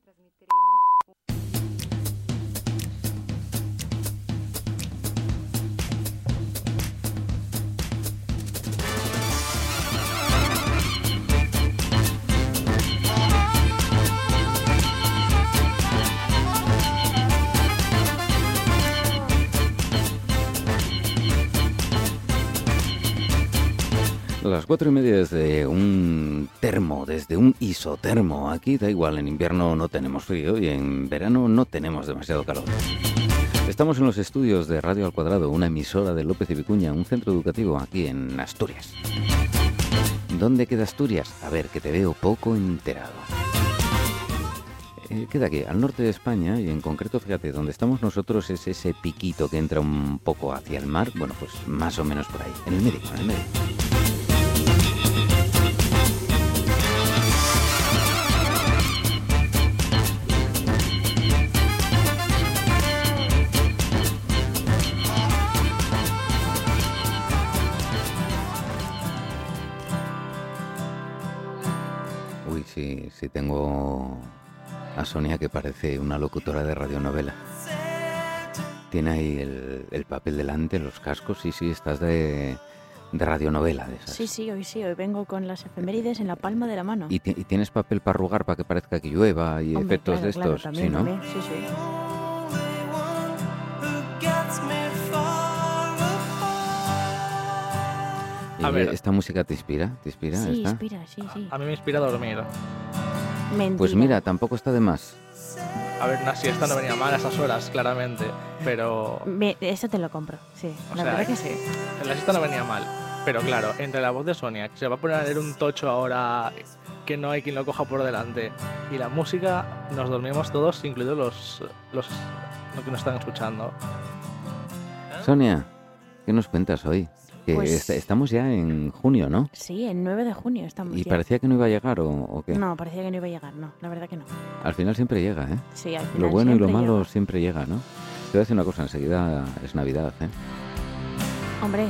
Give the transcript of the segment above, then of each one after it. transmitiremos. Las cuatro y media desde un termo, desde un isotermo. Aquí da igual, en invierno no tenemos frío y en verano no tenemos demasiado calor. Estamos en los estudios de Radio al Cuadrado, una emisora de López y Vicuña, un centro educativo aquí en Asturias. ¿Dónde queda Asturias? A ver, que te veo poco enterado. Eh, Queda aquí, al norte de España, y en concreto, fíjate, donde estamos nosotros es ese piquito que entra un poco hacia el mar, bueno, pues más o menos por ahí, en el medio, en el medio. Uy, sí, sí tengo a Sonia que parece una locutora de radionovela. Tiene ahí el, el papel delante, los cascos, sí, sí, estás de, de radionovela de esas. Sí, sí, hoy sí, hoy vengo con las efemérides en la palma de la mano. Y, ti- y tienes papel para arrugar para que parezca que llueva y Hombre, efectos claro, de claro, estos, también, ¿sí, no? también, sí, sí. Y A ver. ¿Esta música te inspira? ¿Te inspira? Sí, esta? inspira, sí, sí. A mí me inspira a dormir. Mentira. Pues mira, tampoco está de más. A ver, una siesta no venía mal a esas horas, claramente. Pero. Me- eso te lo compro, sí. O la sea, verdad que sí. La siesta no venía mal. Pero claro, entre la voz de Sonia, que se va a poner a leer un tocho ahora que no hay quien lo coja por delante, y la música, nos dormimos todos, incluidos los, los, los que nos están escuchando. Sonia, ¿qué nos cuentas hoy? Que Pues- est- estamos ya en junio, ¿no? Sí, el 9 de junio estamos. Y ya. parecía que no iba a llegar o, o qué. No, parecía que no iba a llegar, no, la verdad que no. Al final siempre llega, ¿eh? Sí, al Lo final bueno y lo siempre malo siempre llega, ¿no? Te voy a decir una cosa, enseguida es Navidad, ¿eh? llega. Hombre,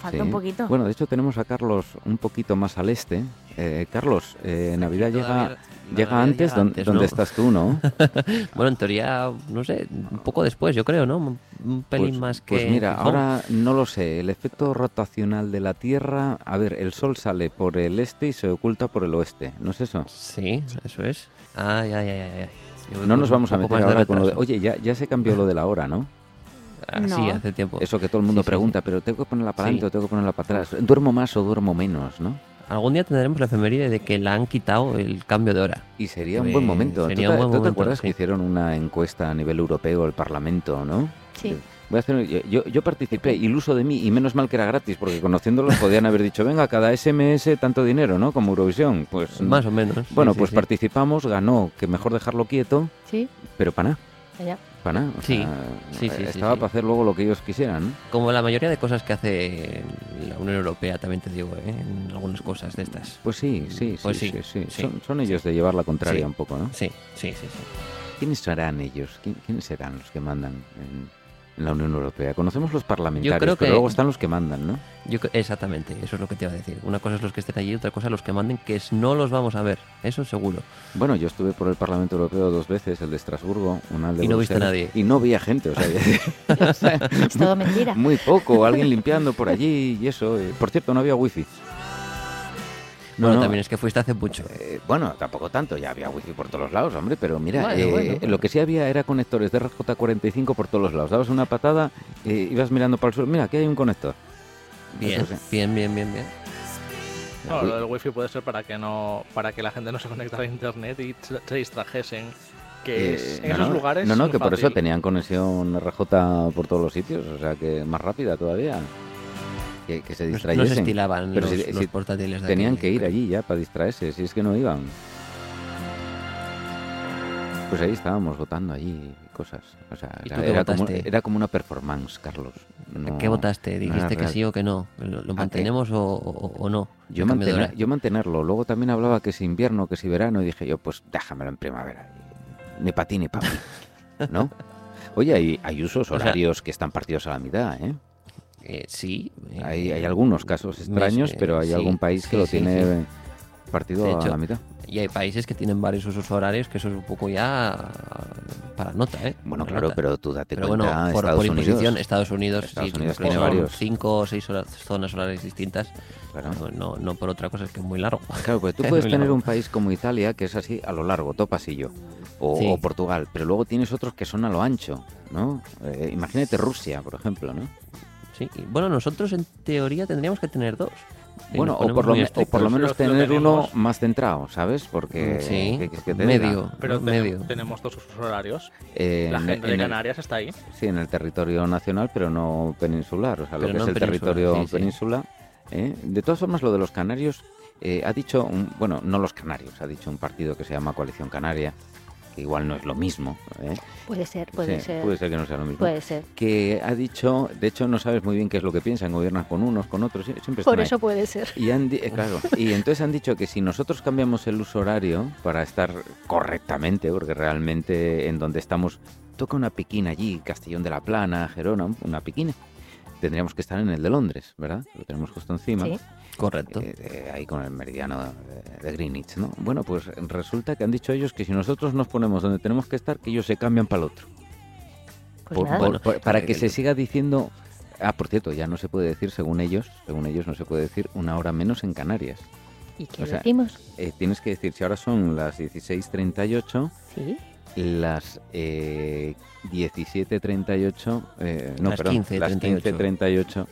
falta Sí. un poquito. Bueno, de hecho tenemos a Carlos un poquito más al este. Eh, Carlos, eh, Navidad llega, llega antes, don- donde donde estás tú, ¿no? Pues, Bueno, en teoría, no sé, un poco después, yo creo, ¿no? Un- Un pelín Pues- más que. Pues mira, Gijón. ahora no lo sé. El efecto rotacional de la Tierra... A ver, el Sol sale por el este y se oculta por el oeste. ¿No es eso? Sí, eso es. Ah, Ay, ay, ay, ay, ay. Yo voy No con nos Pues un vamos a poco meter más de ahora con lo de... retraso. Oye, ya, ya se cambió lo de la hora, ¿no? Ah, No. Sí, hace tiempo. Eso que todo el mundo Sí, sí, pregunta, pero tengo que ponerla para Sí. adelante o tengo que ponerla para atrás. ¿Duermo más o duermo menos, no? Algún día tendremos la efeméride de que la han quitado el cambio de hora. Y sería un Pues buen momento. ¿Tú sería te- un buen ¿Tú te momento, acuerdas que sí. hicieron una encuesta a nivel europeo, el Parlamento, no? sí. Voy a hacer- yo, yo- yo participé, iluso de mí, y menos mal que era gratis, porque conociéndolos podían haber dicho, venga, cada SMS tanto dinero, ¿no? Como Eurovisión. Pues, Más o menos. sí, Bueno, sí, pues sí. participamos, ganó, que mejor dejarlo quieto, Sí, pero para nada. allá. Para nada. o Sí, sea, sí, sí, sí, Estaba sí. para hacer luego lo que ellos quisieran. ¿no? Como la mayoría de cosas que hace la Unión Europea, también te digo, ¿eh? en algunas cosas de estas. Pues sí, sí, sí, Pues sí, sí, sí. sí. Son, son ellos de llevar la contraria Sí. un poco, ¿no? Sí, sí, sí. sí. ¿Quiénes serán ellos? ¿Qui- ¿Quiénes serán los que mandan en, en la Unión Europea? Conocemos los parlamentarios, creo pero que- luego están los que mandan, ¿no? Yo cre- exactamente, eso es lo que te iba a decir. Una cosa es los que estén allí, otra cosa los que manden, que es- no los vamos a ver, eso seguro. Bueno, yo estuve por el Parlamento Europeo dos veces, el de Estrasburgo, una al de Y no Bruselas, viste a nadie. Y no vi a gente, o sea, o sea, Es todo mentira. muy poco, alguien limpiando por allí y eso. eh. Por cierto, no había wifi. bueno, también es que fuiste hace mucho. eh, bueno, tampoco tanto, ya había wifi por todos los lados, hombre, pero mira, Bueno, eh, bueno, bueno. lo que sí había era conectores de RJ45 por todos los lados. Dabas una patada, eh, ibas mirando para el sur, mira, aquí hay un conector. Bien, Eso eh. sí. bien, bien, bien, bien. La Bueno, wi- lo del wifi puede ser para que no para que la gente no se conectara a internet y se se distrajesen. Que Eh, es- no, en esos no, lugares. No, no, muy que por eso fácil. tenían conexión RJ por todos los sitios, o sea que más rápida todavía. Que, que se No, se- distrayesen. no se estilaban Pero los, si- los si portátiles de Tenían aquel- que ir allí ya para distraerse, si es que no iban. Pues ahí estábamos votando allí cosas. O sea, ¿Y era, tú qué era como, votaste? era como una performance, Carlos. eh, No- ¿Qué votaste? no era ¿Dijiste que real. sí o que no? ¿Lo, lo ¿A mantenemos o, o- o no? Yo, El cambio de mantener- hora. yo mantenerlo. Luego también hablaba que si invierno, que si verano, y dije yo, pues déjamelo en primavera. Ni para ti ni para mí. ¿No? Oye, hay, hay usos O sea- horarios que están partidos a la mitad, ¿eh? Eh, sí. eh, Hay, hay algunos casos mes, extraños, eh, pero hay sí, algún país que sí, lo sí, tiene sí. partido De a hecho, la mitad. Y hay países que tienen varios usos horarios, que eso es un poco ya ah, para nota, ¿eh? Bueno, Para claro, nota. pero tú date Pero cuenta, bueno, por, Estados por Unidos. imposición, Estados Unidos, Estados sí, Unidos creo que tiene son varios. cinco o seis horas- zonas horarias distintas. Claro. No, no, no por otra cosa, es que es muy largo. Claro, porque tú Es puedes muy tener largo. un país como Italia que es así a lo largo, todo pasillo, o, Sí. o Portugal, pero luego tienes otros que son a lo ancho, ¿no? Eh, imagínate Rusia, por ejemplo, ¿no? Sí, y bueno, nosotros en teoría tendríamos que tener dos. Y bueno, o nos ponemos por, lo muy me- o por lo estrictos. Mm, menos Los que tener uno tenemos. más centrado, ¿sabes? Porque Sí, ¿qué quieres que te diga? medio, Pero ¿no? te- medio. tenemos dos usos horarios. Eh, La en- gente en de el- Canarias está ahí. sí, en el territorio nacional, pero no peninsular, o sea, lo Pero que no es el península, territorio sí, sí. península. ¿eh? De todas formas, lo de los canarios, eh, ha dicho, un- bueno, no los canarios, ha dicho un partido que se llama Coalición Canaria, que igual no es lo mismo, ¿eh? Puede ser, puede Sí, ser. Puede ser que no sea lo mismo. Puede ser. Que ha dicho, de hecho no sabes muy bien qué es lo que piensan, gobiernan con unos, con otros, sie- siempre están Por ahí. eso puede ser. Y, han di- eh, claro, y entonces han dicho que si nosotros cambiamos el uso horario para estar correctamente, porque realmente en donde estamos toca una piquina allí, Castellón de la Plana, Gerona, una piquina, tendríamos que estar en el de Londres, ¿verdad? Lo tenemos justo encima. Sí. Correcto. Eh, eh, ahí con el meridiano de- de Greenwich, ¿no? Bueno, pues resulta que han dicho ellos que si nosotros nos ponemos donde tenemos que estar, que ellos se cambian para el otro. Pues Por- nada. eh, por- por- para que el- se siga diciendo. Ah, por cierto, ya no se puede decir, según ellos, según ellos no se puede decir una hora menos en Canarias. ¿Y qué o sea- decimos? Eh, tienes que decir, si ahora son las 16.38, Sí. las eh, 17.38, eh, no, Las perdón, 15:38. las 15.38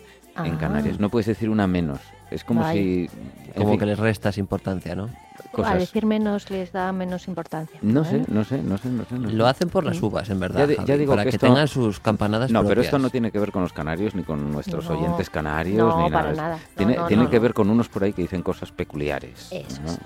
en Ah. Canarias. No puedes decir una menos. Es como Vaya. si... en Como fin, que les restas importancia, ¿no? A cosas- decir menos les da menos importancia. No sé, Bueno, no sé, no sé, no sé. no sé. Lo hacen por las uvas, en verdad. Ya di- ya Javi, digo para que que, esto- tengan sus campanadas. No, pero propias. esto no tiene que ver con los canarios ni con nuestros No. oyentes canarios No, ni nada. para de eso. nada. No, Tiene, no, tiene no, que no. ver con unos por ahí que dicen cosas peculiares. Eso ¿no? es.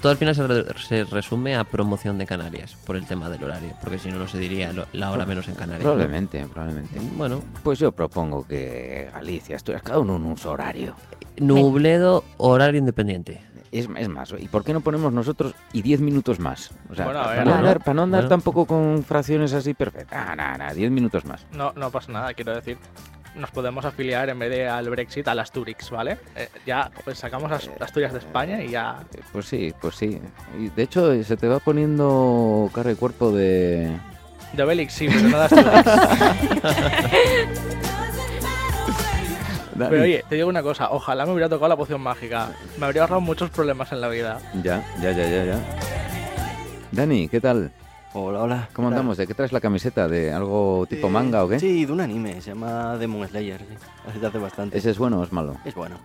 Todo al final se, re- se resume a promoción de Canarias por el tema del horario, porque si no, no se diría lo- la hora menos en Canarias. ¿no? Probablemente, probablemente. Bueno, Pues yo propongo que Galicia, Asturias, cada uno en un uso horario. Nubledo, horario independiente. Es, es más, ¿y por qué no ponemos nosotros y 10 minutos más? O sea, Bueno, a para, ver, no ¿no? andar, para no andar Bueno. tampoco con fracciones así perfectas. Ah, nada, 10 minutos más. No, no pasa nada, quiero decir. Nos podemos afiliar en vez de al Brexit al Asturix, ¿vale? Eh, ya pues, sacamos las Asturias de España y ya. Eh, Pues sí, pues sí. Y de hecho, eh, se te va poniendo cara y cuerpo de... De Obelix sí, pero no de Asturix. Pero oye, te digo una cosa, ojalá me hubiera tocado la poción mágica. Me habría ahorrado muchos problemas en la vida. Ya, ya, ya, ya, ya. Dani, ¿qué tal? Hola, hola. ¿Cómo ¿qué tal? andamos? ¿De qué traes la camiseta? ¿De algo tipo Eh, manga o qué? Sí, de un anime, se llama Demon Slayer. sí. Hace- Hace bastante. ¿Ese es bueno o es malo? Es bueno.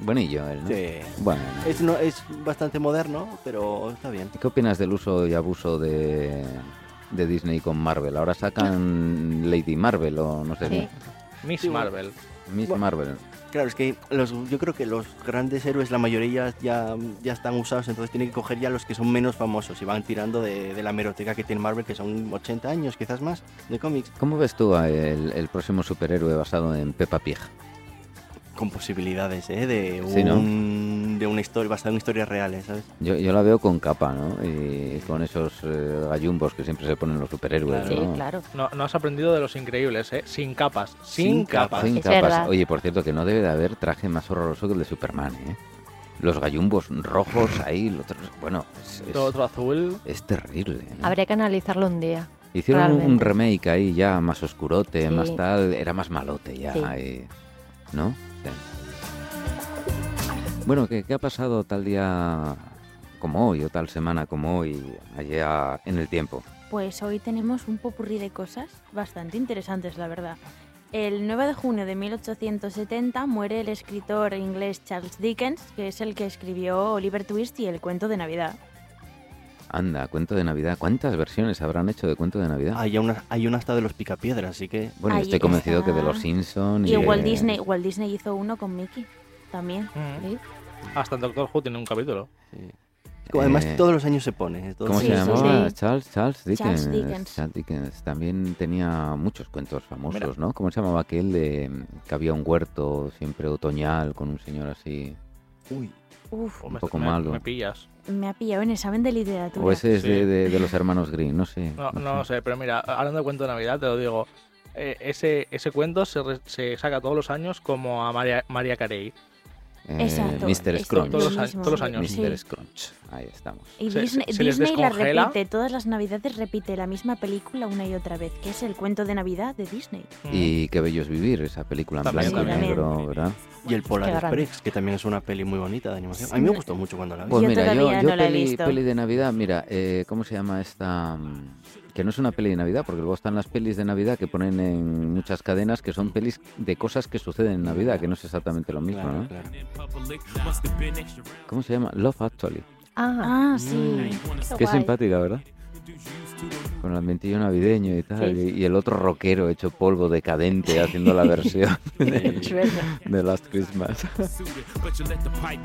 Buenillo él, ¿no? Sí. Bueno. Es, no, es bastante moderno, pero está bien. ¿Qué opinas del uso y abuso de, de Disney con Marvel? Ahora sacan Lady Marvel o no sé. Sí. qué. Miss Sí, bueno. Marvel. Miss Bueno. Marvel. Claro, es que los, yo creo que los grandes héroes, la mayoría ya, ya están usados, entonces tienen que coger ya los que son menos famosos y van tirando de, de la hemeroteca que tiene Marvel, que son 80 años, quizás más, de cómics, ¿Cómo ves tú a el, el próximo superhéroe basado en Peppa Pig? con posibilidades, ¿eh? De, Sí, ¿no? un, de una historia, basada en historias reales, ¿sabes? Yo, yo la veo con capa, ¿no? Y con esos eh, gallumbos que siempre se ponen los superhéroes, Sí, ¿no? claro. No, no has aprendido de los increíbles, ¿eh? Sin capas. Sin, Sin capas. capas. Sin Es capas. verdad. Oye, por cierto, que no debe de haber traje más horroroso que el de Superman, ¿eh? Los gallumbos rojos ahí, los otros- bueno, es, es- Todo otro azul. es terrible. ¿eh? ¿no? Habría que analizarlo un día. Hicieron un- un Realmente. remake ahí ya más oscurote, Sí. más tal, era más malote ya, Sí. eh, ¿no? Sí. Bueno, ¿qué, qué ha pasado tal día como hoy o tal semana como hoy allá en el tiempo? Pues hoy tenemos un popurrí de cosas bastante interesantes, la verdad. El 9 de junio de 1870 muere el escritor inglés Charles Dickens, que es el que escribió Oliver Twist y el cuento de Navidad. Anda, cuento de Navidad. ¿Cuántas versiones habrán hecho de cuento de Navidad? Hay una, hay una hasta de los picapiedras, así que... bueno, yo ahí estoy convencido que de está. los Simpson Y de- Walt Disney, Walt Disney hizo uno con Mickey también. Mm. Sí. Hasta el Doctor Who tiene un capítulo. sí. Además, Eh, todos los años se pone. todos ¿Cómo los se años. llamaba? sí. Charles, Charles Dickens. Charles Dickens. Charles Dickens. También tenía muchos cuentos famosos, Mira. ¿no? ¿Cómo se llamaba aquel de mm, que había un huerto siempre otoñal con un señor así? Uy, Uf, O Un me- poco me- malo. Me pillas. me ha pillado en examen de literatura. O ese es Sí. de, de- de los hermanos Green, no sé. No, no no sé. sé, pero mira, hablando de cuento de Navidad, te lo digo. eh, ese, ese cuento se, re- se saca todos los años como a María, María Carey. eh, Exacto, Mr. es Scrunch. lo Todos los a- mismo, todos los años. sí. Mr. Scrunch. Ahí estamos. Y Se- Disney, se les Disney la descongela. repite, todas las navidades repite la misma película una y otra vez, que es el cuento de Navidad de Disney. Mm. Y qué bello es vivir esa película en También, blanco y también. negro, ¿verdad? Y el Polar Qué grande. Express, que también es una peli muy bonita de animación. A mí me gustó mucho cuando la vi. Pues Yo mira, yo, todavía yo no la he peli, visto. peli de Navidad, mira, eh, ¿cómo se llama esta? mm, Que no es una peli de Navidad, porque luego están las pelis de Navidad que ponen en muchas cadenas que son pelis de cosas que suceden en Navidad, que no es exactamente lo mismo, Claro, ¿no? claro. ¿Cómo se llama? Love Actually. Ah, Ah, Mm, sí. Qué guay. simpática, ¿verdad? Con el ambientillo navideño y tal, Sí. y, y el otro rockero hecho polvo decadente haciendo la versión Es de, verdad. de Last Christmas. Ay,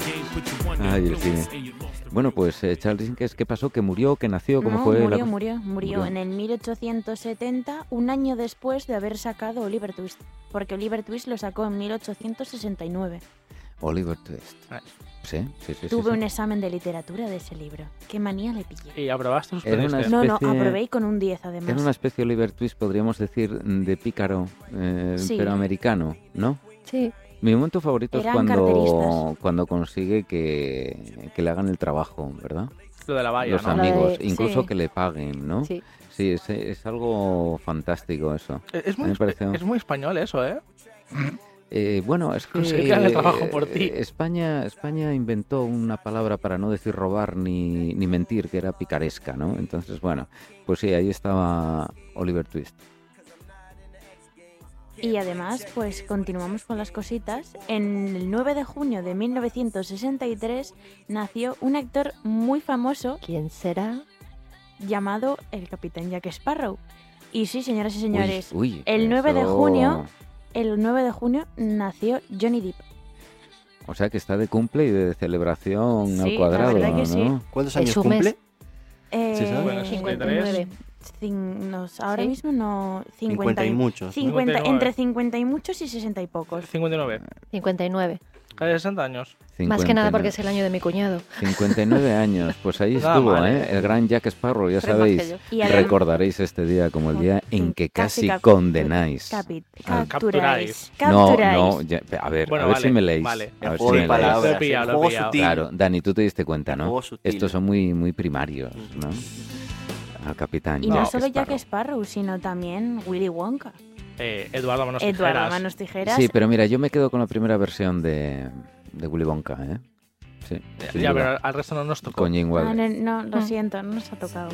el cine. Bueno, pues eh, Charles Dickens, ¿qué pasó? ¿Que murió? ¿Que nació? ¿Cómo No, fue? la murió, cosa? murió, murió, Murió. en el 1870, un año después de haber sacado Oliver Twist, porque Oliver Twist lo sacó en 1869. Oliver Twist. Ah. Sí, sí, sí, sí. Tuve sí. un examen de literatura de ese libro. Qué manía le pillé. Y aprobaste sus Era una pedestres. No, no, especie- aprobé y con un 10 además. Era una especie de Oliver Twist, podríamos decir, de pícaro, eh, Sí. pero americano, ¿no? sí. Mi momento favorito es Eran cuando, carteristas. cuando consigue que, que le hagan el trabajo, ¿verdad? Lo de la valla, Los ¿no? am- amigos, Sí. incluso que le paguen, ¿no? Sí. Sí, es, es algo fantástico eso. Eh, Es es A mí muy, me pareció- es muy español eso, ¿eh? Eh, bueno, es que Conseguir que haga el trabajo por ti. eh, España, España inventó una palabra para no decir robar ni, ni mentir, que era picaresca, ¿no? Entonces, bueno, pues sí, ahí estaba Oliver Twist. Y además, pues continuamos con las cositas. En el 9 de junio de 1963 nació un actor muy famoso ¿Quién será? llamado el Capitán Jack Sparrow. Y sí, señoras y señores, Uy, uy, el 9 de esto- junio- el 9 de junio nació Johnny Depp. O sea que está de cumple y de celebración Sí, al la cuadrado, verdad que sí. ¿no? ¿Cuántos Es años un mes. cumple? Eh, Sí, ¿sabes? Bueno, 59. cin- no, ahora Sí. mismo no. 50 50 y muchos. ¿no? 50 59. entre 50 y muchos y 60 y pocos. 59. Eh. 59. Cada 60 años. Más que nada 59. porque es el año de mi cuñado. 59 años, pues ahí Nada estuvo, mal, ¿eh? El gran Jack Sparrow, ya Tres más que sabéis. yo. Y además- Recordaréis este día como el día en que casi cap- condenáis. capi- Ah. capturáis. No, Capturáis. no, ya- a ver, Bueno, a ver vale, si me leéis. vale. A El ver si juego me leéis. de palabras, Lo he pillado, el lo he juego pillado. sutil. Claro, Dani, tú te diste cuenta, ¿no? Juego sutil. Estos son muy, muy primarios, ¿no? Al capitán. Y no, Jack solo Jack Sparrow. Sparrow, sino también Willy Wonka, Eh, Eduardo Manos Eduardo Tijeras. Manos Tijeras. Sí, pero mira, yo me quedo con la primera versión de, de Willy Wonka, ¿eh? Sí. sin duda. Ya, pero al resto no nos tocó. Con Jane Ah, Wilder. no, no, lo Mm. siento, no nos ha tocado.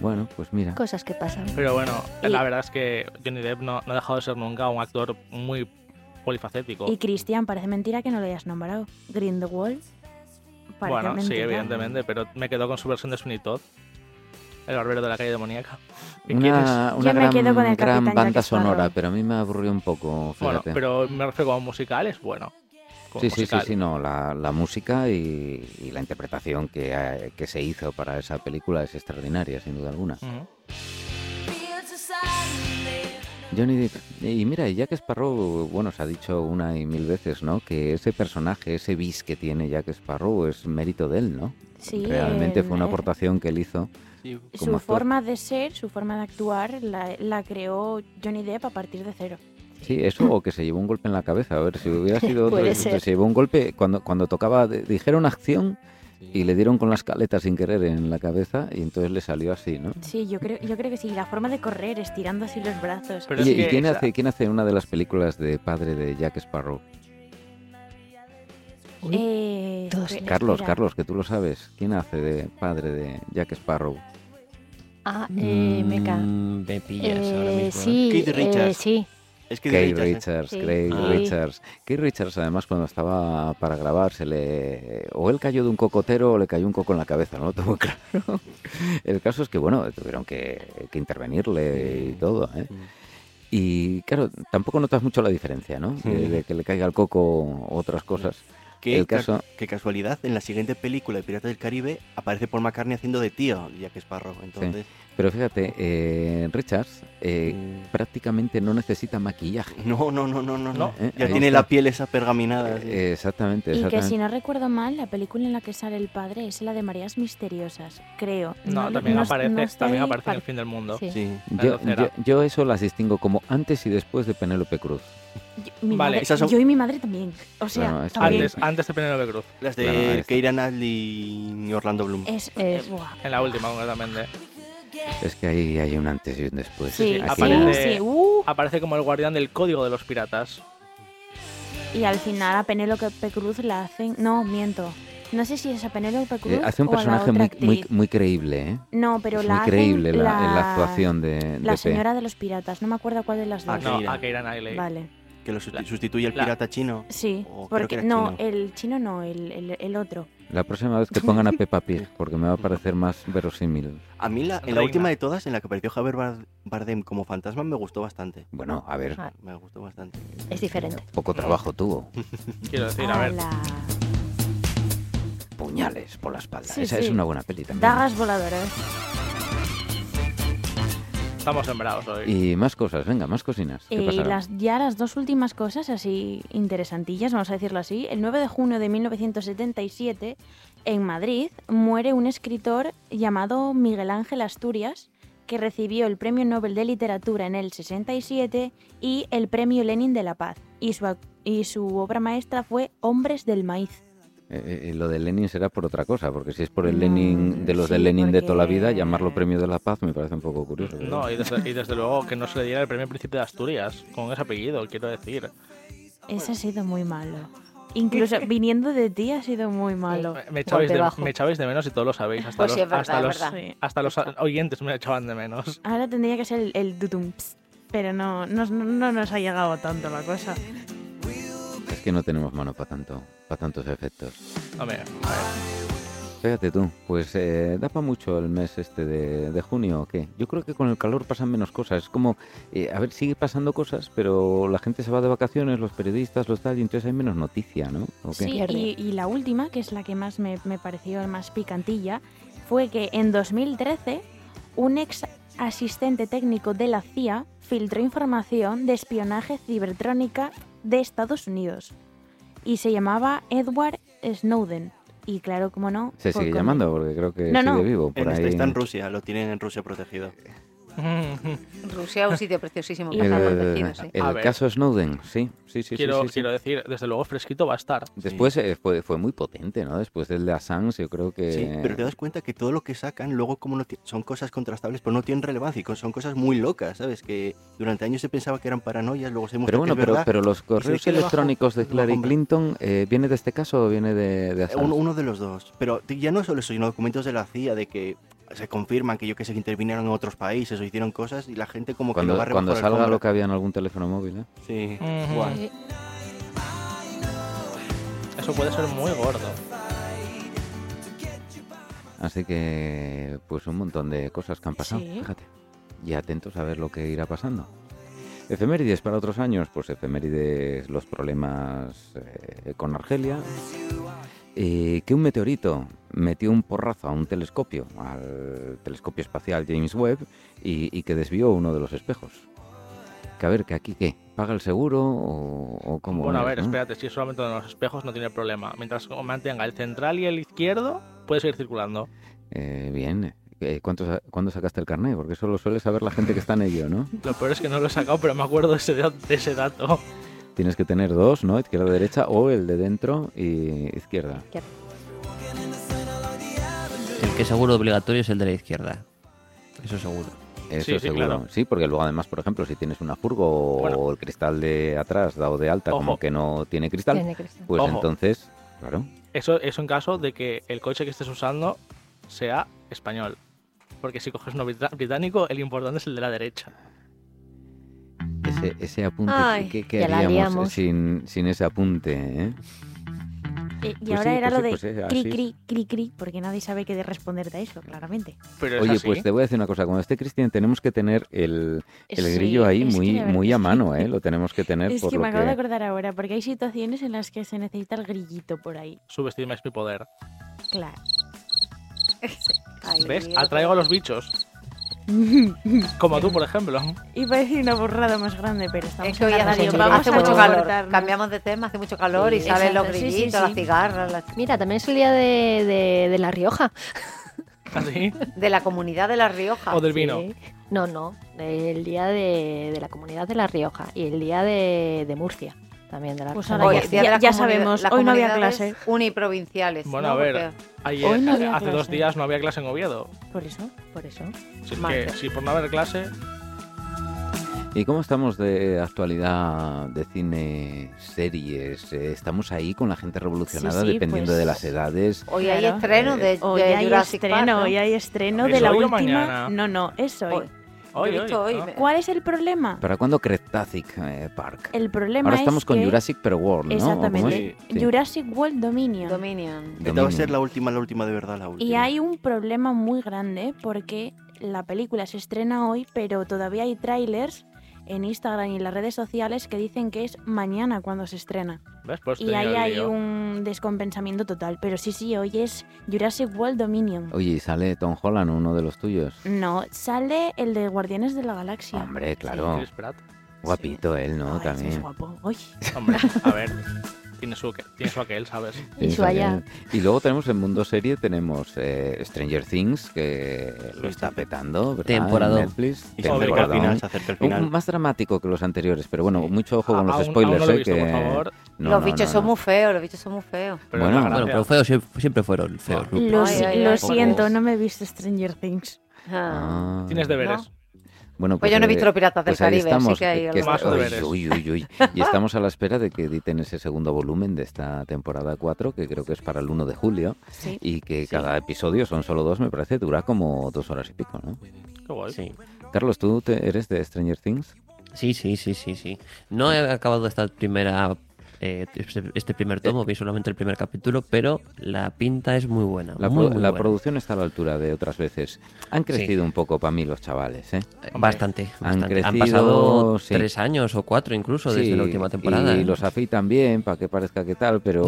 Bueno, pues mira. Cosas que pasan. Pero bueno, Y- la verdad es que Johnny Depp no, no ha dejado de ser nunca un actor muy polifacético. Y Cristian, parece mentira que no lo hayas nombrado. Grindelwald. Parece bueno, mentira. sí, evidentemente, pero me quedo con su versión de Sweeney Todd, el barbero de la calle demoníaca. ¿Qué quieres? Una, una Yo me gran, quedo con gran el Capitán banda Jack Sparrow. sonora, pero a mí me aburrió un poco, Bueno, fíjate. pero me refiero como musical, es bueno. Como sí, sí, sí, musical. sí, no, la, la música y, y la interpretación que, eh, que se hizo para esa película es extraordinaria, sin duda alguna. Ujú. Johnny Depp. Y mira, y Jack Sparrow, bueno, se ha dicho una y mil veces, ¿no? Que ese personaje, ese bis que tiene Jack Sparrow es mérito de él, ¿no? Sí, eh, Realmente el- fue una el- aportación que él hizo. Sí. Su como actor. forma de ser, su forma de actuar, la, la creó Johnny Depp a partir de cero. Sí, eso o que se llevó un golpe en la cabeza. A ver, si hubiera sido otro, Puede se ser. llevó un golpe cuando, cuando tocaba, de- dijeron acción y le dieron con la escaleta sin querer en la cabeza y entonces le salió así, Mm. ¿no? Sí, yo creo, yo creo que sí. La forma de correr, estirando así los brazos. Pero Oye, es que ¿y quién esa- hace, quién hace una de las películas de padre de Jack Sparrow? Uy, Eh, Todos espera. Carlos, Carlos, que tú lo sabes. ¿Quién hace de padre de Jack Sparrow? Ah, eh, meca. Mm, me pillas ahora Eh, mismo. ¿eh? sí, Keith eh, Richards. sí. Es que Kay diréis, ¿eh? Richards, Sí. Craig Ah. Richards. Kay Richards, además, cuando estaba para grabar, se le... o él cayó de un cocotero o le cayó un coco en la cabeza, no lo tengo claro. El caso es que, bueno, tuvieron que, que intervenirle y todo, ¿eh? Y claro, tampoco notas mucho la diferencia, ¿no? De, de que le caiga el coco o otras cosas. Qué, El ca- caso- qué casualidad, en la siguiente película de Piratas del Caribe aparece Paul McCartney haciendo de tío, ya que es parro. Entonces, Pero fíjate, eh, Richards eh, mm, prácticamente no necesita maquillaje. no, no, no, no, no. no. Eh, Ya ahí tiene está. la piel esa pergaminada. Ah, sí. Eh, exactamente, Y que exactamente. si no recuerdo mal, la película en la que sale el padre es la de Mareas Misteriosas, creo. No, lo- también no- aparece, no estoy también aparece en el par- fin del mundo. Sí. Sí. Yo, La yo, docera. yo eso las distingo como antes y después de Penélope Cruz. Yo- Mi Vale, madre- esas son- Yo y mi madre también. O sea, Bueno, es que- también. Antes, antes de Penélope Cruz, Las de Claro, ahí está. Keira Knightley y Orlando Bloom. Es, Es- eh, buah. en la última concretamente. Es que ahí hay un antes y un después. Sí, Aquí eh, sí, ya- aparece- sí. uh. Aparece como el guardián del código de los piratas. Y al final a Penélope Cruz la hacen. No, miento. No sé si es a Penélope Cruz. eh, hace un o a la personaje otra muy, muy, actriz. muy creíble, ¿eh? No, pero es la. muy hacen creíble la, la, la actuación de, de La P. señora de los piratas. No me acuerdo cuál de las Ah, dos. No, Keira. a Keira Knightley. Vale. Que lo susti- La- sustituye el la- pirata chino. Sí. O Oh, creo porque que era no, chino. el chino no, el, el, el otro. La próxima vez que pongan a Peppa Pig, porque me va a parecer más verosímil. A mí la, en Reina. la última de todas, en la que apareció Javier Bard- Bardem como fantasma, me gustó bastante. Bueno, a ver, Ah, Me gustó bastante. es diferente. poco trabajo tuvo. Quiero decir, a ver, Ala. Puñales por la espalda. Sí, Esa es sí. una buena peli también. Dagas voladoras. estamos sembrados hoy. Y más cosas, venga, más cocinas. ¿Qué Eh, pasará? las, ya las dos últimas cosas, así interesantillas, vamos a decirlo así. El 9 de junio de 1977, en Madrid, muere un escritor llamado Miguel Ángel Asturias, que recibió el Premio Nobel de Literatura en el 67 y el Premio Lenin de la Paz. Y su, ac- y su obra maestra fue Hombres del Maíz. Eh, eh, lo de Lenin será por otra cosa, porque si es por el Mm, Lenin de los de sí, Lenin de toda la porque- eh, vida, llamarlo Premio de la Paz me parece un poco curioso. pero- No, y desde, y desde luego que no se le diera el premio Príncipe de Asturias con ese apellido, quiero decir. Ese ha sido muy malo. Incluso viniendo de ti ha sido muy malo. Me, me echabais de, bajo. me echabais de menos y todos lo sabéis. Hasta Pues los, sí, es verdad, hasta es los, verdad. Sí. hasta los oyentes me echaban de menos. Ahora tendría que ser el, el tutum, ps, pero no, no, no nos ha llegado tanto la cosa. Es que no tenemos mano para tanto, para tantos efectos. Hombre, Fíjate tú, pues eh, da para mucho el mes este de, de junio, ¿o qué? Yo creo que con el calor pasan menos cosas. Es como, eh, a ver, sigue pasando cosas, pero la gente se va de vacaciones, los periodistas, los tal, y entonces hay menos noticia, ¿no? ¿O qué? Sí, Pierde. y, y la última, que es la que más me, me pareció más picantilla, fue que en 2013 un ex asistente técnico de la CIA filtró información de espionaje cibertrónica de Estados Unidos y se llamaba Edward Snowden. Y claro, como no... Se por sigue con- llamando porque creo que No, sigue no. vivo por En ahí. este está en Rusia, lo tienen en Rusia protegido. Rusia, un sitio preciosísimo. Y que El, está la- protegido, sí. el A ver. caso Snowden, sí, sí, sí, sí, quiero, sí, sí. quiero decir, desde luego fresquito va a estar. Después eh, fue, fue muy potente, ¿no? Después del de Assange, yo creo que... Sí, pero te das cuenta que todo lo que sacan luego como no ti- son cosas contrastables, pero no tienen relevancia y con- son cosas muy locas, ¿sabes? Que durante años se pensaba que eran paranoias, luego se Pero demostró bueno, que es pero, verdad. pero los ve correos que debajo- electrónicos de debajo, Hillary hombre. Clinton, eh, ¿viene de este caso o viene de, de Assange? Eh, Uno, uno de los dos. Pero t- ya no solo eso, sino documentos de la CIA de que se confirman que yo que sé que intervinieron en otros países o hicieron cosas y la gente como que cuando lo va cuando salga lo que había en algún teléfono móvil, ¿eh? Sí. Ujú. Buah. Sí. Eso puede ser muy gordo. Así que, pues un montón de cosas que han pasado, Sí. fíjate. Y atentos a ver lo que irá pasando. Efemérides para otros años, pues efemérides los problemas eh, con Argelia. Eh, que un meteorito metió un porrazo a un telescopio, al telescopio espacial James Webb, y, y que desvió uno de los espejos. Que a ver, que aquí qué, ¿paga el seguro o, o cómo? Bueno, a es, ver, no? espérate, si es solamente en los espejos no tiene problema. Mientras mantenga el central y el izquierdo, puede seguir circulando. Eh, bien, Eh, ¿cuánto sa- ¿cuándo sacaste el carnet? Porque eso lo suele saber la gente que está en ello, ¿no? Lo peor es que no lo he sacado, pero me acuerdo de ese, da- de ese dato. Tienes que tener dos, ¿no? Izquierda, derecha o el de dentro y izquierda. El que es seguro obligatorio es el de la izquierda. Eso seguro. Eso Sí, sí, seguro. claro. Sí, porque luego además, por ejemplo, si tienes una furgo o Bueno. el cristal de atrás dado de alta como Ojo. que no tiene cristal, Tiene cristal. pues Ojo. entonces, claro, Eso, eso en caso de que el coche que estés usando sea español. Porque si coges uno brita- británico, el importante es el de la derecha. ese, ese apunte, Ay, ¿qué, qué ya la haríamos eh, liamos. sin, sin ese apunte? eh? eh, Y, y Pues ahora sí, era pues lo sí, de pues sí, así cri, es. cri, cri, cri, porque nadie sabe qué de responderte a eso, claramente. Pero es Oye, así. pues te voy a decir una cosa, cuando esté Cristian tenemos que tener el, el Sí, grillo ahí es que muy, la verdad muy es a que- mano, ¿eh? lo tenemos que tener Es por que lo me acabo de que... acordar ahora, porque hay situaciones en las que se necesita el grillito por ahí. Subestimáis mi poder. Claro. Ay, ¿Ves? Dios. Atraigo a los bichos. Como tú, por ejemplo. Iba a decir una burrada más grande, pero estamos Es que hoy en la hace, radio, mucho- vamos hace a mucho calor. comportarnos. Cambiamos de tema, hace mucho calor y Sí, salen los exacto, sí, sí, grillitos, sí. las cigarras, las- Mira, también es el día de, de- de La Rioja. ¿Así? de la comunidad de La Rioja. O del vino. Sí. No, no. El día de, de la comunidad de La Rioja y el día de, de Murcia. también de la Pues Argentina. ahora Hoy, ya- día de las ya comuni- sabemos, las hoy no había comunidades clase. Uniprovinciales. Bueno, ¿no? a ver, Porque- ayer, Hoy no había hace dos clase. días no había clase en Oviedo. Por eso, por eso. Si, es Vale. que, si por no haber clase, ¿Y cómo estamos de actualidad de cine, series? Eh, ¿Estamos ahí con la gente revolucionada Sí, sí, dependiendo de pues, las edades? Hoy hay Claro. Eh, estreno de, Hoy de hay Jurassic Park, estreno, ¿no? hoy hay estreno ¿Es de la hoy o última. mañana? No, no, es hoy. Hoy. hoy, Yo he visto hoy, ¿no? me- ¿Cuál es el problema? ¿Para cuándo Cretacic eh, Park? El problema Ahora es estamos con que- Jurassic pero World, ¿no? ¿O cómo Exactamente. es? Sí. Jurassic World Dominion. Dominion. Esta va a ser Dominion. la última, la última de verdad, la última. Y hay un problema muy grande porque la película se estrena hoy, pero todavía hay trailers en Instagram y en las redes sociales que dicen que es mañana cuando se estrena. ¿ves? Pues Y tenía ahí el hay lío. un descompensamiento total. Pero sí, sí, hoy es Jurassic World Dominion. Oye, ¿y sale Tom Holland, uno de los tuyos? No, sale el de Guardianes de la Galaxia. Hombre, claro. Chris Pratt. Guapito él, ¿no? Ay, ese También. Es guapo. Uy, Hombre, a ver, tiene su, tiene su aquel, ¿sabes? Y Sí, su allá. también. Y luego tenemos en Mundo Serie, tenemos eh, Stranger Things, que lo está petando, ¿verdad? En Temporadón. Netflix. Y Hombre, se acerca al temporadón. final, se acerca al Un- final. Más dramático que los anteriores, pero bueno, Sí. mucho ojo con A- los aún- spoilers, aún no lo he ¿eh? visto, que... por favor. No, los no, bichos no, son no. muy feos, los bichos son muy feos. Pero Bueno, no, Bueno, pero gracias. feos sie- siempre fueron feos. Lupe. lo, Ay, si- ay, lo ay, siento, pobres. no me he visto Stranger Things. Ah. Ah. Tienes deberes. Bueno, Pues yo no he eh, visto los Piratas del pues ahí Caribe, estamos, así que ahí que algo- Más uy, deberes. uy, uy, uy. Y estamos a la espera de que editen ese segundo volumen de esta temporada 4, que creo que es para el 1 de julio, Sí. y que cada episodio, son solo dos, me parece, dura como dos horas y pico, ¿no? Qué guay. Sí. Carlos, ¿tú te- eres de Stranger Things? sí, sí, sí, sí, sí. No he acabado esta primera, eh, este- este primer tomo, Eh. vi solamente el primer capítulo, pero la pinta es muy buena. La, muy, pro- muy la buena. producción está a la altura de otras veces. Han crecido un poco para mí los chavales, ¿eh? Eh, Bastante. Han bastante. crecido, pasado sí. tres años o cuatro incluso desde Sí, la última temporada. Y ¿eh? los AFI también, para que parezca que tal, pero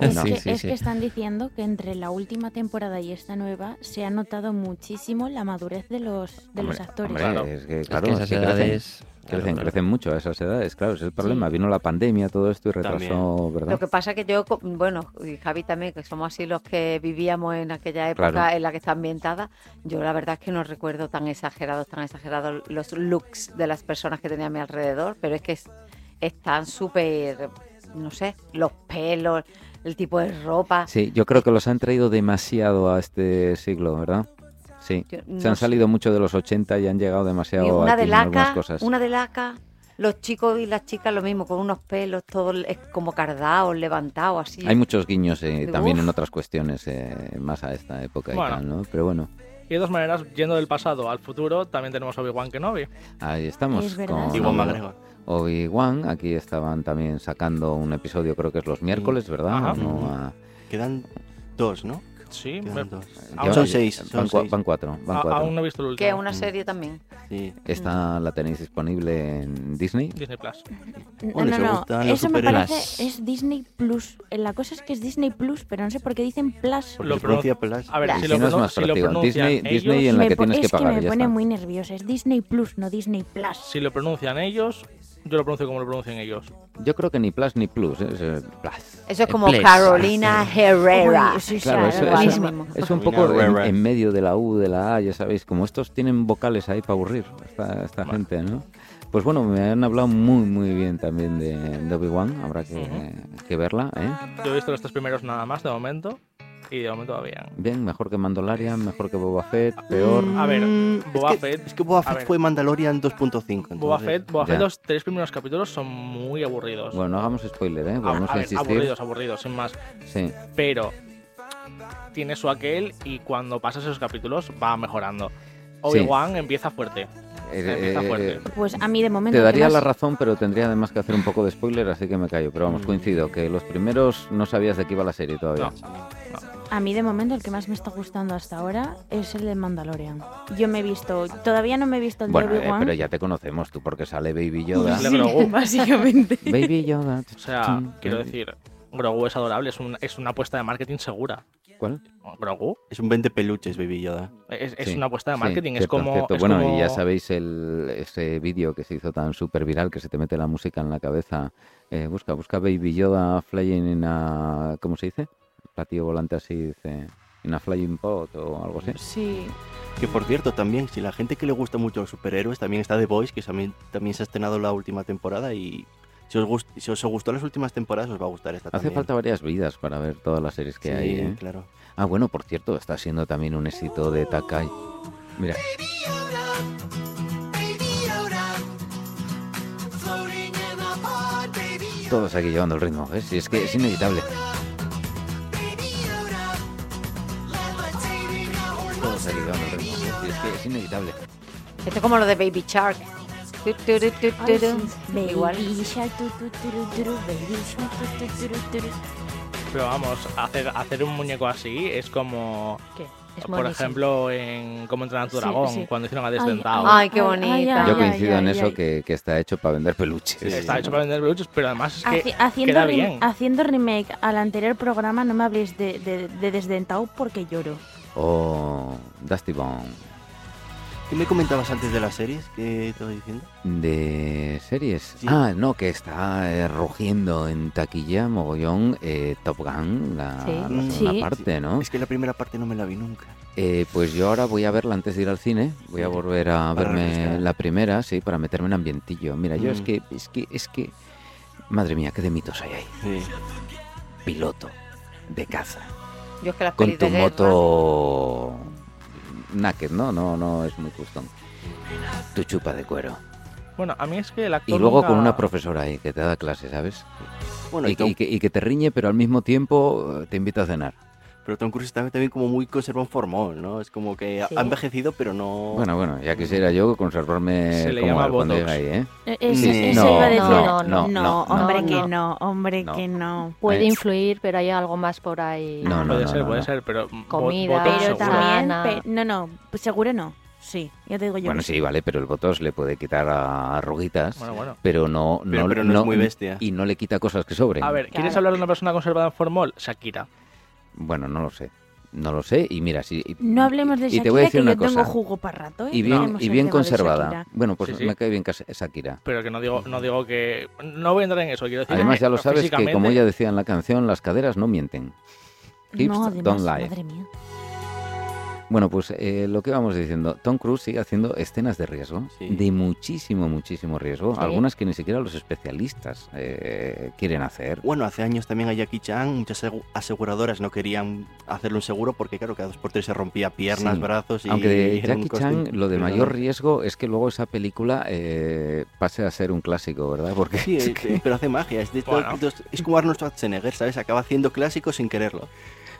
Es, no. que, sí, es sí. que están diciendo que entre la última temporada y esta nueva se ha notado muchísimo la madurez de los, de los Hombre, actores. hombre, Claro. es que, Es claro, que es esas que crecen, edades... claro, crecen, claro. crecen mucho a esas edades, claro, ese es el problema. Vino la pandemia, todo esto y retrasó, ¿verdad? Lo que pasa que yo, co- bueno, y Javi también, que somos así los que vivíamos en aquella época Claro. en la que está ambientada, yo la verdad es que no recuerdo tan exagerados, tan exagerados los looks de las personas que tenía a mi alrededor, pero es que es- están súper, no sé, los pelos, el tipo de ropa. Sí, yo creo que los han traído demasiado a este siglo, ¿verdad? Sí. Yo Se no han sé. salido mucho de los 80 y han llegado demasiado Y una aquí de en algunas laca, cosas. una de laca. Los chicos y las chicas lo mismo, con unos pelos todos eh, como cardados, levantados, así. Hay muchos guiños eh, Digo, también uf. en otras cuestiones eh, más a esta época Bueno. y tal, ¿no? Pero bueno, Y de dos maneras, yendo del pasado al futuro, también tenemos a Obi-Wan Kenobi. ahí estamos. Es verdad, con sí. Igual McGregor. Obi-Wan, aquí estaban también sacando un episodio, creo que es los miércoles, ¿verdad? Ajá. ¿O no? Ah, Quedan dos, ¿no? Sí, me- Quedan dos. Aún yo- eh, son seis, son Van, cua- seis. van cuatro. Van a- cuatro. aún no he visto el último. Que es mm. una serie también. Sí. Esta la tenéis disponible en Disney. Disney Plus. No, Bueno, no, si os no. gustan los Eso me superhéroes. parece es Disney Plus. La cosa es que es Disney Plus, pero no sé por qué dicen Plus. Porque Lo se pronuncia Plus. A ver, Claro. Y si lo, si no es pronun- más si lo práctico, pronuncian Disney- ellos, Disney en la Me que po- tienes que es que pagar, me ya pone está. muy nerviosa. Es Disney Plus, no Disney Plus. si lo pronuncian ellos, yo lo pronuncio como lo pronuncian ellos. Yo creo que ni Plus ni Plus. Es, eh, plus. Eso es Eh, como Place. Carolina Herrera. Uy, sí, sí, Ah, Claro, Claro, eso- eso igual sí. es, lo ma- mismo. es un Carolina poco en, Herrera. en medio de la U, de la A, ya sabéis, como estos tienen vocales ahí para aburrir esta, esta Bueno. gente, ¿no? Pues bueno, me han hablado muy, muy bien también de, de Obi-Wan, habrá que, que verla, ¿eh? Yo he visto los tres primeros nada más de momento, y de momento va bien. Bien, mejor que Mandalorian, mejor que Boba Fett, peor... A ver, Mm, Boba es que, Fett- Es que Boba a Fett ver. fue Mandalorian 2.5. Boba entonces- Fett, Boba ya. Fett, los tres primeros capítulos son muy aburridos. Bueno, no hagamos spoiler, ¿eh? A- Vamos a a, ver, insistir. aburridos, aburridos, sin más. Sí. pero tiene su aquel y cuando pasas esos capítulos va mejorando. Obi-Wan empieza fuerte. Eh, Empieza eh, fuerte. eh, Pues a mí de momento. Te ¿qué daría más? la razón, pero tendría además que hacer un poco de spoiler, así que me callo. Pero vamos, coincido, que los primeros no sabías de qué iba la serie todavía. A mí de momento el que más me está gustando hasta ahora es el de Mandalorian. Yo me he visto, todavía no me he visto el Bueno, de eh, Obi-Wan. pero ya te conocemos tú porque sale Baby Yoda. Sí, Grogu. básicamente. Baby Yoda. O sea, quiero decir, Grogu es adorable, es, un- es una apuesta de marketing segura. ¿Cuál? Grogu Es un 20 peluches, Baby Yoda. es, es Sí, una apuesta de sí, marketing, es cierto, como... cierto. es bueno, como- y ya sabéis el, ese vídeo que se hizo tan súper viral que se te mete la música en la cabeza. Eh, busca, busca Baby Yoda flying in a... ¿Cómo se dice? Platillo volante así, dice... In a flying pot o algo así. Sí. Que por cierto, también, si la gente que le gusta mucho los superhéroes, también está The Voice, que también, también se ha estrenado la última temporada y Si os, gust- si os gustó las últimas temporadas, os va a gustar esta Hace también. falta varias vidas para ver todas las series que Sí, hay. ¿eh? claro. Ah, bueno, por cierto, está siendo también un éxito de Takai. Mira, todos aquí llevando el ritmo, ¿ves? Si es que es inevitable. Todos aquí llevando el ritmo, si es que es inevitable. Esto es como lo de Baby Shark. Tu, tu, tu, tu, Ay, tu. sí. Baby Igual. shark, tu, tu, turu, turu, baby shark, tu, tu, turu, turu. Pero vamos, hacer, hacer un muñeco así es como, ¿Qué? Es por monísimo. ejemplo, en Cómo entrenar a tu Sí, dragón, sí. cuando hicieron a Ay, Desdentado. ay, qué bonita. Yo Ay, coincido en ay, eso ay. que, que está hecho para vender peluches. Sí, Está hecho para vender peluches, pero además es que Haci- haciendo, queda rem- bien. haciendo remake al anterior programa, no me habléis de, de, de Desdentado porque lloro. O Dusty Bone. ¿Qué me comentabas antes de las series que estaba diciendo? De series. Sí. Ah, no, que está eh, rugiendo en taquilla mogollón eh, Top Gun, la, Sí. la segunda Sí. parte, ¿no? Mm. Es que la primera parte no me la vi nunca. Eh, pues yo ahora voy a verla antes de ir al cine. Voy a volver a Para verme refrescar. la primera, sí, para meterme en ambientillo. Mira, yo es Mm. que, es que, es que. Madre mía, qué de mitos hay ahí. Sí. Piloto de caza. Yo es que las Con pelis tu de guerra- moto. Naked, ¿no? No, no, es muy custom. Tu chupa de cuero. Bueno, a mí es que el actor Y luego nunca- con una profesora ahí que te da clases, ¿sabes? Bueno, y, y que, Tom, y que- y que te riñe, pero al mismo tiempo eh, te invita a cenar. pero Tom Cruise está también como muy conservón formal, ¿no? Es como que Sí. ha envejecido, pero no... Bueno, bueno, ya quisiera yo conservarme Oh. Se le como llama él cuando Botox. llega ahí, ¿eh? E- Eso, Sí. eso No, iba a decir. no, no, no, hombre no. que no, hombre No. que no. Puede Eh. influir, pero hay algo más por ahí. No, no, puede no, ser, no, puede no. ser, pero vo- Comida, votos Pero seguro. también, Sana. pe- no, no, pues seguro no. Sí, ya te digo yo. Bueno, que sí, vale, pero el botox le puede quitar a arruguitas, Bueno, bueno. pero no... Pero- pero no es muy bestia. Y no le quita cosas que sobren. A ver, ¿quieres Claro. hablar de una persona conservada en formol? Shakira. Bueno, no lo sé. No lo sé, y mira, sí... y- No hablemos de y Shakira, te voy a decir que una yo cosa. tengo jugo para rato. ¿eh? y bien, Tenemos y el bien tema de conservada. Shakira. Bueno, pues Sí, sí. me cae bien Kas- Shakira. Pero que no digo, no digo que. No voy a entrar en eso. Quiero decir Además, que ya lo sabes que, como físicamente- ella decía en la canción, las caderas no mienten. Hips No, además, don't lie. madre mía. Bueno, pues eh, lo que vamos diciendo, Tom Cruise sigue haciendo escenas de riesgo, Sí. de muchísimo, muchísimo riesgo, Sí. algunas que ni siquiera los especialistas eh, quieren hacer. Bueno, hace años también a Jackie Chan muchas asegu- aseguradoras no querían hacerle un seguro porque, claro, cada dos por tres se rompía piernas, Sí. brazos y... Aunque de era un Jackie coste Chan lo de impresionante. mayor riesgo es que luego esa película eh, pase a ser un clásico, ¿verdad? Porque Sí, eh, eh, pero hace magia. Es, de to- Bueno. dos- es como Arnold Schwarzenegger, ¿sabes? Acaba haciendo clásicos sin quererlo.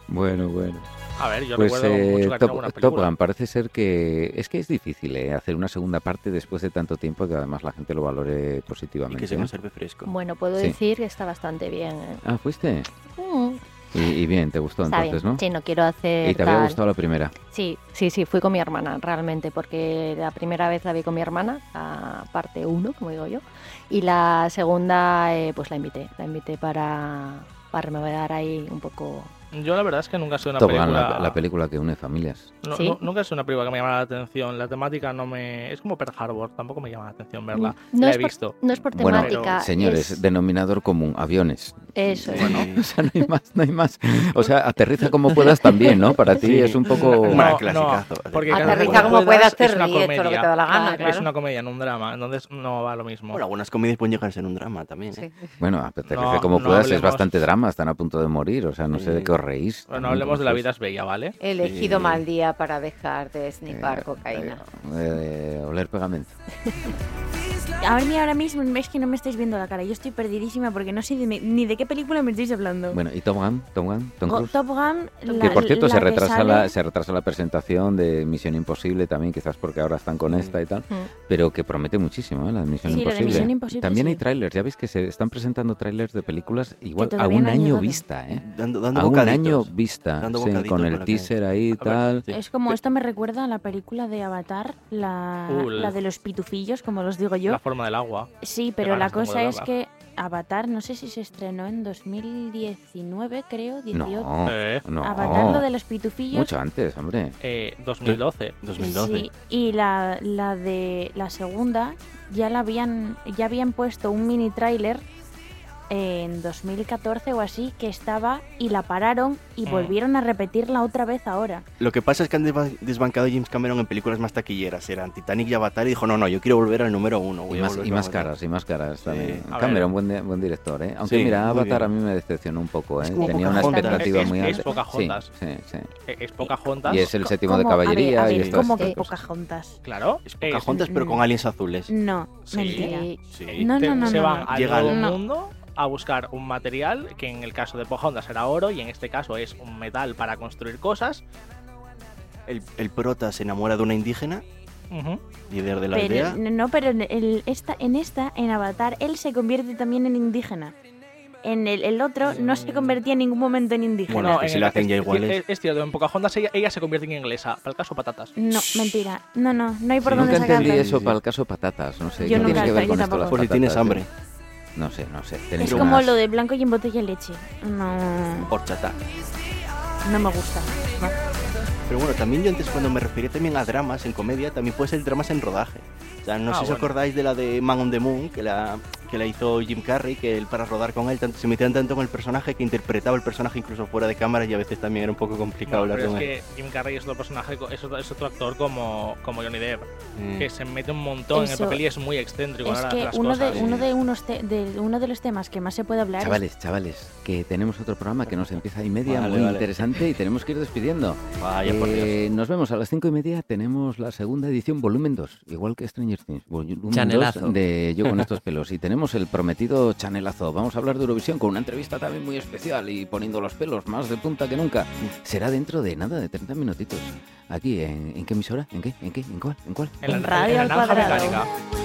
bueno, bueno. A ver, yo Pues recuerdo eh, mucho que Top, alguna Top película. Gun parece ser que es que es difícil eh, hacer una segunda parte después de tanto tiempo que además la gente lo valore Y positivamente. que se ¿eh? conserve fresco. Bueno, puedo Sí. decir que está bastante bien. ¿eh? Ah, fuiste Mm, y, y bien, te gustó está entonces, bien. ¿no? Sí, no quiero hacer Y te había tal. gustado la primera. Sí, sí, sí, fui con mi hermana realmente, porque la primera vez la vi con mi hermana, la parte 1, como digo yo, y la segunda eh, pues la invité, la invité para, para remover ahí un poco... Yo la verdad es que nunca he sido una Top Gun, película. la, la película que une familias. No, Sí. no- nunca es una película que me llama la atención. La temática no me. Es como Pearl Harbor, tampoco me llama la atención verla. No la es he por- visto. No es por Bueno, temática, Señores, es- denominador común, aviones. eso es. Bueno, O sea, no hay más, no hay más. O sea, aterriza como puedas también, ¿no? Para ti Sí. es un poco... No, Bueno, clasicazo, no, vale. porque Aterriza Aterriza como puedas, te es una ríes, todo lo que te da comedia. la gana, Ah, claro. Es una comedia, no un drama, entonces no va lo mismo. Bueno, algunas comedias pueden llegar a ser un drama también. ¿eh? Sí. Bueno, aterriza No, como no puedas es hablemos- bastante drama, están a punto de morir, o sea, no sé de qué os reís. Bueno, no hablemos de la vida Entonces, es bella, ¿vale? He elegido Sí. mal día para dejar de snifar eh, cocaína. eh, eh, oler pegamento. A mí ahora mismo es que no me estáis viendo la cara. Yo estoy perdidísima porque no sé de mi- ni de qué película me estáis hablando. Bueno, ¿y Tom Gun? ¿Tom Gun? ¿Tom Go- Cruise? Top Gun, Oh, la, que por cierto la se retrasa sale- la se retrasa la presentación de Misión Imposible también quizás porque ahora están con esta y tal Mm. pero que promete muchísimo ¿eh? la de Misión Sí, la de Imposible Misión Imposible, también hay sí. trailers ya veis que se están presentando trailers de películas igual a todavía un no han año llegado. vista ¿eh? Dando, dando a un bocaditos. año vista Dando sí, bocaditos con con el lo que hay. teaser ahí y A ver, tal sí. Es como esto me recuerda a la película de Avatar, la, Uh, la- la de los pitufillos, como los digo yo. La forma del agua. Sí, Qué pero la ganas tengo de cosa es verla. que Avatar, no sé si se estrenó en 2019, creo, 18. Oh. no Eh, no Avatar, lo de los pitufillos. mucho antes hombre eh, 2012. 2012. Sí, y la, la de la segunda ya la habían ya habían puesto un mini tráiler en 2014 o así que estaba y la pararon y Mm. volvieron a repetirla otra vez ahora. Lo que pasa es que han desba- desbancado a James Cameron en películas más taquilleras. Eran Titanic y Avatar y dijo, no, no, yo quiero volver al número uno. voy Y a más, volver y a más Avatar". caras, y más caras también. A ver. Cameron, buen, di- buen director, ¿eh? Aunque Sí, mira, muy Avatar bien. a mí me decepcionó un poco, ¿eh? Es como Tenía una Pocahontas. expectativa Es- muy es alta. Pocahontas. Sí, sí, sí. Eh, Es Pocahontas. Y es el Co- séptimo de ¿cómo? A ver, caballería a y este. ver, esto ¿Cómo estas que cosas. Pocahontas? Claro. Eh, Es es- Pocahontas, pero con aliens azules. No, Sí. mentira. Sí. No, eh, te- no, no, se no, van no. al Llegan- nuevo No. mundo a buscar un material que en el caso de Pocahontas era oro y en este caso es un metal para construir cosas. El, el prota se enamora de una indígena, Ujú. líder de la Pero, aldea. no, pero en, el- esta, en esta, en Avatar, él se convierte también en indígena. En el, el otro no se convertía en ningún momento en indígena. Mm. Bueno, es que en si el- la hacen ya es- iguales. Es, es cierto, en Pocahontas ella, ella se convierte en inglesa. Para el caso, patatas. No, mentira. No, no, no hay por Sí, dónde Nunca entendí sacarlo. sacarlas? eso para el caso patatas, no sé. ¿Qué Yo nunca- tiene que ver yo con esto tampoco. las Por si patatas, tienes eh? hambre. No sé, no sé. tenéis Es como unas- lo de blanco y en botella de leche. No, Horchata. no me gusta. no. Pero bueno, también yo antes cuando me refería también a dramas en comedia, también puede ser dramas en rodaje. O sea, no Ah, sé si os bueno. acordáis de la de Man on the Moon, que la, que la hizo Jim Carrey, que él para rodar con él tanto- se metían tanto con el personaje que interpretaba el personaje incluso fuera de cámara y a veces también era un poco complicado Bueno, hablar pero con él. es que Jim Carrey es otro personaje, co- es otro, es otro actor como, como Johnny Depp, Mm. que se mete un montón en el Eso- papel y es muy excéntrico. Es ahora que las uno de, cosas. uno, de unos te- de uno de los temas que más se puede hablar es Chavales, chavales, que tenemos otro programa que nos empieza y media, Vale, muy vale. interesante, y tenemos que ir despidiendo. Vaya por Dios. Eh, nos vemos a las cinco y media. Tenemos la segunda edición, volumen 2, igual que Stranger Things. Volumen 2 Chanelazo. de Yo con estos pelos. Y tenemos el prometido chanelazo. Vamos a hablar de Eurovisión con una entrevista también muy especial y poniendo los pelos más de punta que nunca. Será dentro de nada, de 30 minutitos. Aquí, ¿en, en qué emisora? ¿En qué? ¿En qué? ¿En cuál? ¿En cuál? En la, Radio en la al naranja cuadrado. mecánica.